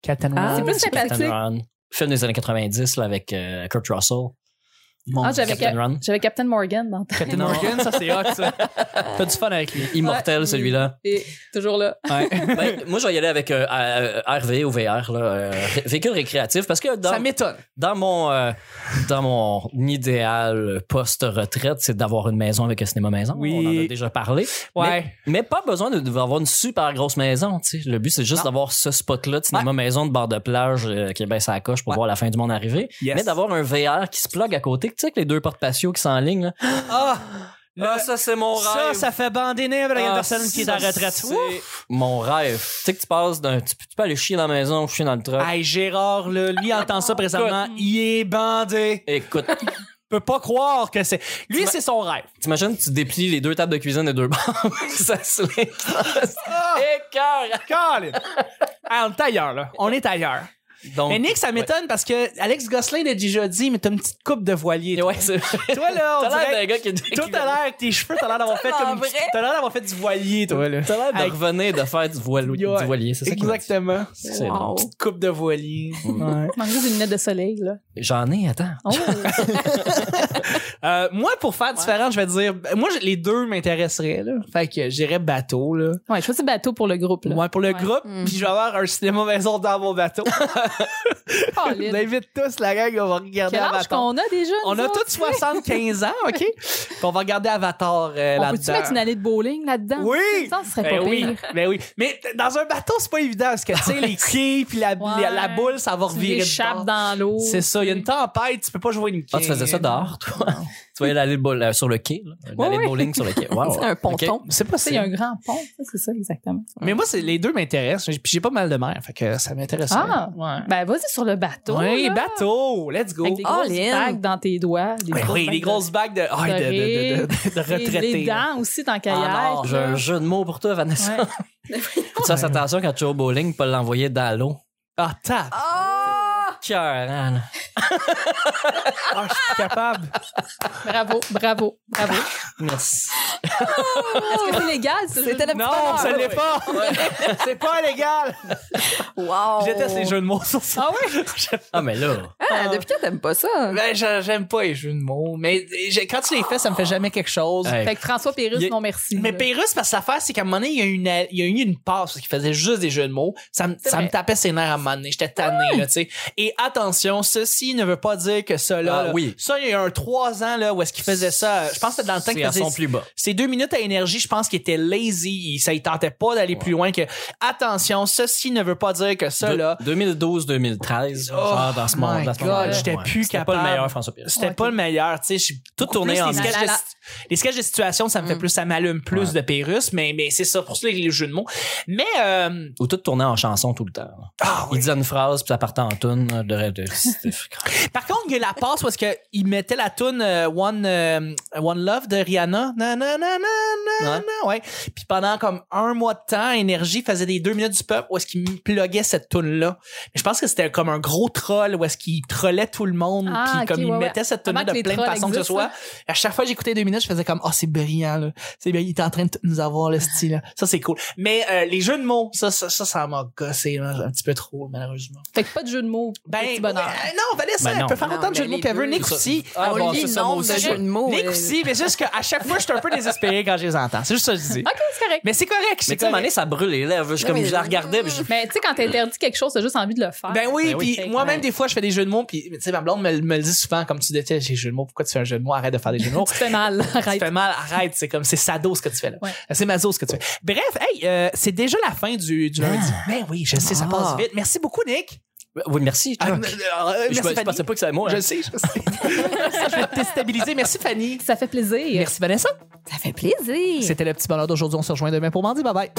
[SPEAKER 1] Captain
[SPEAKER 4] Ah,
[SPEAKER 1] Marvel.
[SPEAKER 4] c'est
[SPEAKER 2] plus sympathique.
[SPEAKER 3] Captain Run. Film des années 90 là, avec euh, Kurt Russell.
[SPEAKER 1] Mon
[SPEAKER 2] Ah,
[SPEAKER 1] Dieu.
[SPEAKER 2] j'avais
[SPEAKER 3] Captain
[SPEAKER 2] Cap-
[SPEAKER 3] Run.
[SPEAKER 2] J'avais Captain Morgan dans ta...
[SPEAKER 1] Captain
[SPEAKER 3] Non.
[SPEAKER 1] Morgan, ça c'est hot, ça. T'as du fun avec lui.
[SPEAKER 3] Immortel,
[SPEAKER 2] Ouais.
[SPEAKER 3] celui-là.
[SPEAKER 2] Et toujours là.
[SPEAKER 3] Ben, moi, je vais y aller avec euh, euh, RV ou VR, là, euh, ré- véhicule récréatif, parce que dans,
[SPEAKER 1] Ça m'étonne.
[SPEAKER 3] dans mon euh, dans mon idéal post-retraite, c'est d'avoir une maison avec un cinéma maison.
[SPEAKER 1] Oui.
[SPEAKER 3] On en a déjà parlé.
[SPEAKER 1] Ouais.
[SPEAKER 3] Mais, mais pas besoin de- d'avoir une super grosse maison. tu sais. Le but, c'est juste
[SPEAKER 1] Non.
[SPEAKER 3] d'avoir ce spot-là de cinéma maison de bord de plage euh, qui est bien sa coche pour
[SPEAKER 1] Ouais.
[SPEAKER 3] voir la fin du monde arriver.
[SPEAKER 1] Yes.
[SPEAKER 3] Mais d'avoir un VR qui se plug à côté, tu sais, avec les deux portes patio qui sont en ligne. Là.
[SPEAKER 1] Ah,
[SPEAKER 3] Ah, ça, c'est mon
[SPEAKER 1] ça, ça fait bander nez avec
[SPEAKER 3] Ah,
[SPEAKER 1] une personne qui est à la
[SPEAKER 3] ça,
[SPEAKER 1] retraite.
[SPEAKER 3] c'est
[SPEAKER 1] Ouh.
[SPEAKER 3] Mon rêve. Tu sais que tu passes d'un. Tu, tu peux aller chier dans la maison ou chier dans le truck.
[SPEAKER 1] Hey, Gérard, là, lui entend ça présentement.
[SPEAKER 2] Écoute.
[SPEAKER 1] Il est bandé.
[SPEAKER 3] Écoute,
[SPEAKER 1] peux pas croire que c'est. Lui, c'est son rêve.
[SPEAKER 3] T'imagines, tu déplies les deux tables de cuisine et deux barres. ça se lève.
[SPEAKER 1] Ah,
[SPEAKER 3] Écœurant.
[SPEAKER 1] Colin! Ah, on est ailleurs, là. On est ailleurs.
[SPEAKER 3] Donc,
[SPEAKER 1] Mais Nick, ça m'étonne parce que Alex Gosselin l'a déjà dit, mais t'as une petite coupe de voilier.
[SPEAKER 3] ouais,
[SPEAKER 1] toi.
[SPEAKER 3] ouais, c'est vrai.
[SPEAKER 1] Toi, là, on
[SPEAKER 3] T'as l'air
[SPEAKER 1] dirait
[SPEAKER 3] d'un gars qui a
[SPEAKER 1] Toi, t'as l'air, avec tes cheveux, t'as l'air d'avoir fait comme.
[SPEAKER 4] Tellement vrai.
[SPEAKER 1] T'as l'air d'avoir fait du voilier, toi, là.
[SPEAKER 3] T'as l'air de
[SPEAKER 1] Avec-
[SPEAKER 3] revenir et de faire du, voilier- du
[SPEAKER 1] Ouais.
[SPEAKER 3] voilier, c'est ça qu'il m'a dit.
[SPEAKER 1] Exactement.
[SPEAKER 3] C'est
[SPEAKER 4] Wow.
[SPEAKER 3] bon.
[SPEAKER 1] Petite coupe de voilier.
[SPEAKER 3] Mm.
[SPEAKER 1] Ouais.
[SPEAKER 2] Il manque juste des lunettes de soleil, là.
[SPEAKER 3] J'en ai, attends.
[SPEAKER 2] Oh,
[SPEAKER 1] Euh, moi, pour faire différent, je vais dire. Moi, je- les deux m'intéresseraient, là. Fait que j'irais bateau, là.
[SPEAKER 2] ouais, je choisis bateau pour le groupe, là.
[SPEAKER 1] Moi, pour le
[SPEAKER 2] Ouais.
[SPEAKER 1] groupe,
[SPEAKER 4] Mm.
[SPEAKER 1] puis je vais avoir un cinéma maison dans mon bateau.
[SPEAKER 2] Colin.
[SPEAKER 1] On invite tous la gang, on va regarder
[SPEAKER 2] Quel âge
[SPEAKER 1] Avatar.
[SPEAKER 2] qu'on a déjà?
[SPEAKER 1] On
[SPEAKER 2] nous
[SPEAKER 1] a
[SPEAKER 2] autres?
[SPEAKER 1] tous 75 ans, OK? Puis on va regarder Avatar euh,
[SPEAKER 2] On peut-tu mettre une
[SPEAKER 1] là-dedans.
[SPEAKER 2] année de bowling là-dedans?
[SPEAKER 1] Oui!
[SPEAKER 2] Ça, ce serait
[SPEAKER 1] Ben
[SPEAKER 2] pas
[SPEAKER 1] oui,
[SPEAKER 2] pire.
[SPEAKER 1] ben oui. Mais t- dans un bateau, c'est pas évident parce que, tu sais, les quilles puis la,
[SPEAKER 2] Ouais.
[SPEAKER 1] la, la boule, ça va
[SPEAKER 2] Tu
[SPEAKER 1] revirer. de
[SPEAKER 2] l'échappes
[SPEAKER 1] bord.
[SPEAKER 2] dans l'eau.
[SPEAKER 1] C'est ça, il y a une tempête, tu peux pas jouer une quille.
[SPEAKER 3] Ah, tu faisais ça dehors, toi? tu voyais l'aller de bowl- euh, sur le quai, là. Une
[SPEAKER 2] Ouais,
[SPEAKER 3] allée de
[SPEAKER 2] ouais.
[SPEAKER 3] bowling sur le quai. Wow.
[SPEAKER 4] C'est un ponton.
[SPEAKER 3] Ok.
[SPEAKER 1] C'est
[SPEAKER 2] Tu sais, il y a un
[SPEAKER 1] possible.
[SPEAKER 2] grand pont. Ça, C'est ça, exactement.
[SPEAKER 1] Mais moi, c'est, les deux m'intéressent. Puis j'ai pas mal de mer, fait que ça m'intéresse.
[SPEAKER 2] Ah! Ben, vas-y sur le bateau.
[SPEAKER 1] oui,
[SPEAKER 2] là.
[SPEAKER 1] bateau! Let's go!
[SPEAKER 2] Avec des
[SPEAKER 1] Ah,
[SPEAKER 2] grosses
[SPEAKER 4] All in.
[SPEAKER 2] bagues dans tes doigts. Des
[SPEAKER 1] ben oui,
[SPEAKER 2] bagues
[SPEAKER 1] les
[SPEAKER 2] de-
[SPEAKER 1] grosses bagues de, ah, de, de, de, de- de- de
[SPEAKER 2] des-
[SPEAKER 1] retraités.
[SPEAKER 2] Des
[SPEAKER 1] là.
[SPEAKER 2] dents aussi dans
[SPEAKER 3] Ah non,
[SPEAKER 2] Kayak.
[SPEAKER 3] j'ai un jeu de mots pour toi, Vanessa.
[SPEAKER 2] Ouais.
[SPEAKER 3] Tu fasses attention quand tu joues au bowling, pas l'envoyer dans l'eau.
[SPEAKER 1] Ah, tape!
[SPEAKER 4] Ah!
[SPEAKER 3] Cœur, hein,
[SPEAKER 1] Ah, je suis capable!
[SPEAKER 2] Bravo, bravo, bravo.
[SPEAKER 3] Merci.
[SPEAKER 2] Est-ce que c'est légal? ce jeu?
[SPEAKER 4] C'était la petite
[SPEAKER 1] Non,
[SPEAKER 4] affaire.
[SPEAKER 1] ce n'est pas! c'est pas légal!
[SPEAKER 4] Wow.
[SPEAKER 1] Je déteste les jeux de mots sur ça.
[SPEAKER 2] Oh. Ah oui?
[SPEAKER 3] Ah, mais là.
[SPEAKER 4] Ah, depuis quand t'aimes pas ça?
[SPEAKER 1] Ben, je- j'aime pas les jeux de mots, mais j'ai- quand tu les fais, ça me fait jamais quelque chose.
[SPEAKER 3] Hey,
[SPEAKER 2] Fait que François Pérusse,
[SPEAKER 3] Il-
[SPEAKER 2] non merci.
[SPEAKER 1] Mais
[SPEAKER 2] là.
[SPEAKER 1] Pérus, parce que l'affaire, c'est qu'à un moment donné, il y a, une, a- il y a eu une passe parce qu'il faisait juste des jeux de mots. Ça me,
[SPEAKER 2] C'est
[SPEAKER 1] ça me
[SPEAKER 2] vrai.
[SPEAKER 1] tapait ses nerfs à un moment donné. J'étais tanné, là, tu sais. Et attention, ceci ne veut pas dire que cela.
[SPEAKER 3] Ah
[SPEAKER 1] là.
[SPEAKER 3] oui.
[SPEAKER 1] Ça, il y a un trois ans, là, où est-ce qu'il faisait ça. Je pense que c'était dans le temps
[SPEAKER 3] C'est
[SPEAKER 1] qu'il
[SPEAKER 3] à
[SPEAKER 1] faisait
[SPEAKER 3] son plus bas.
[SPEAKER 1] ces deux minutes à énergie, je pense qu'il était lazy. Il, ça, il tentait pas d'aller plus loin que attention, ceci ne veut pas dire que cela.
[SPEAKER 3] 2012-2013, genre dans ce
[SPEAKER 1] Oh my
[SPEAKER 3] monde. dans ce
[SPEAKER 1] God,
[SPEAKER 3] moment-là.
[SPEAKER 1] j'étais plus
[SPEAKER 3] C'était
[SPEAKER 1] capable.
[SPEAKER 3] pas le meilleur François Pérez.
[SPEAKER 1] C'était
[SPEAKER 2] Ok.
[SPEAKER 1] pas le meilleur, tu sais. je suis
[SPEAKER 3] Tout
[SPEAKER 1] beaucoup
[SPEAKER 3] tourné
[SPEAKER 1] plus
[SPEAKER 3] en
[SPEAKER 1] les
[SPEAKER 3] mille.
[SPEAKER 1] sketchs
[SPEAKER 2] La, la,
[SPEAKER 1] de- Les sketchs de situation, ça me fait plus, ça m'allume plus
[SPEAKER 3] Ouais.
[SPEAKER 1] de Pérus, mais, mais c'est ça, pour ça, les jeux de mots. Mais, euh,
[SPEAKER 3] Ou tout tournait en chanson tout le temps. là.
[SPEAKER 1] ah
[SPEAKER 3] Il
[SPEAKER 1] oui.
[SPEAKER 3] disait une phrase, puis ça partait en tune. là, De, de, c'était fréquent.
[SPEAKER 1] Par contre, il y a la passe parce que il mettait la tune euh, One euh, One Love de Rihanna. Na, na, na, na, na,
[SPEAKER 3] Ouais.
[SPEAKER 1] na, ouais. Puis pendant comme un mois de temps, Énergie faisait des deux minutes du peuple où est-ce qu'il pluguait cette tune là. Je pense que c'était comme un gros troll où est-ce qu'il trollait tout le monde
[SPEAKER 2] Ah,
[SPEAKER 1] puis
[SPEAKER 2] ok,
[SPEAKER 1] comme il
[SPEAKER 2] ouais, ouais.
[SPEAKER 1] mettait cette tune
[SPEAKER 2] Avant
[SPEAKER 1] là de
[SPEAKER 2] que les
[SPEAKER 1] plein de
[SPEAKER 2] trolls
[SPEAKER 1] façons que ce
[SPEAKER 2] existent,
[SPEAKER 1] soit. À chaque fois que j'écoutais deux minutes, je faisais comme oh c'est brillant là. C'est bien, il est en train de tout nous avoir le style. là. Ça c'est cool. Mais euh, les jeux de mots, ça ça ça, ça m'a gossé là, un petit peu trop malheureusement.
[SPEAKER 2] Fait que pas de jeu de mots.
[SPEAKER 1] Ben,
[SPEAKER 2] petit bonheur.
[SPEAKER 1] ouais, euh, non, Vanessa,
[SPEAKER 3] Ben non.
[SPEAKER 1] elle peut faire
[SPEAKER 4] Non,
[SPEAKER 1] autant de
[SPEAKER 4] mais
[SPEAKER 1] jeux de mots
[SPEAKER 4] les
[SPEAKER 1] qu'elle veut.
[SPEAKER 4] deux,
[SPEAKER 1] Nick
[SPEAKER 3] c'est ça.
[SPEAKER 1] aussi.
[SPEAKER 3] Ah,
[SPEAKER 4] On
[SPEAKER 3] bon,
[SPEAKER 4] lit
[SPEAKER 3] c'est ça, moi
[SPEAKER 4] nombre
[SPEAKER 3] aussi,
[SPEAKER 4] de
[SPEAKER 3] je-
[SPEAKER 4] jeux de mots.
[SPEAKER 1] Nick
[SPEAKER 4] euh,
[SPEAKER 1] aussi, mais c'est juste qu'à chaque fois, je suis un peu désespéré quand je les entends. C'est juste ça que je dis.
[SPEAKER 2] Ok, c'est correct.
[SPEAKER 1] Mais c'est correct,
[SPEAKER 3] Mais
[SPEAKER 1] c'est
[SPEAKER 3] tu sais, à un moment
[SPEAKER 1] correct.
[SPEAKER 3] donné, ça brûle les lèvres. Je,
[SPEAKER 4] Non,
[SPEAKER 3] comme,
[SPEAKER 4] mais-
[SPEAKER 3] je la regardais, puis je-
[SPEAKER 2] Mais tu sais, quand t'interdis quelque chose, t'as juste envie de le faire.
[SPEAKER 1] Ben oui,
[SPEAKER 3] Ben oui.
[SPEAKER 1] puis moi-même, des fois, je fais des jeux de mots, puis tu sais, ma blonde me, me le dit souvent, comme tu détestes les jeux de mots, pourquoi tu fais un jeu de mots, arrête de faire des jeux de mots.
[SPEAKER 2] Tu te fais mal,
[SPEAKER 1] Tu
[SPEAKER 2] arrête.
[SPEAKER 1] fais mal, arrête, c'est comme, c'est sado ce que tu fais là.
[SPEAKER 2] Ouais.
[SPEAKER 1] C'est maso ce que tu fais. Bref, hey, euh, c'est déjà la fin du, du lundi. Ben oui, je sais, ça
[SPEAKER 4] Ah.
[SPEAKER 1] passe vite. Merci beaucoup, Nick.
[SPEAKER 3] Oui, merci.
[SPEAKER 1] Ah, euh, euh,
[SPEAKER 3] Chuck. je,
[SPEAKER 1] merci,
[SPEAKER 3] je
[SPEAKER 1] Fanny.
[SPEAKER 3] pensais pas que c'était moi.
[SPEAKER 1] Je
[SPEAKER 3] hein.
[SPEAKER 1] le sais, je le sais. je vais te déstabiliser. Merci, Fanny.
[SPEAKER 2] Ça fait plaisir.
[SPEAKER 1] Merci, Vanessa.
[SPEAKER 4] Ça fait plaisir.
[SPEAKER 1] C'était le petit bonheur d'aujourd'hui. On se rejoint demain pour mardi. Bye bye.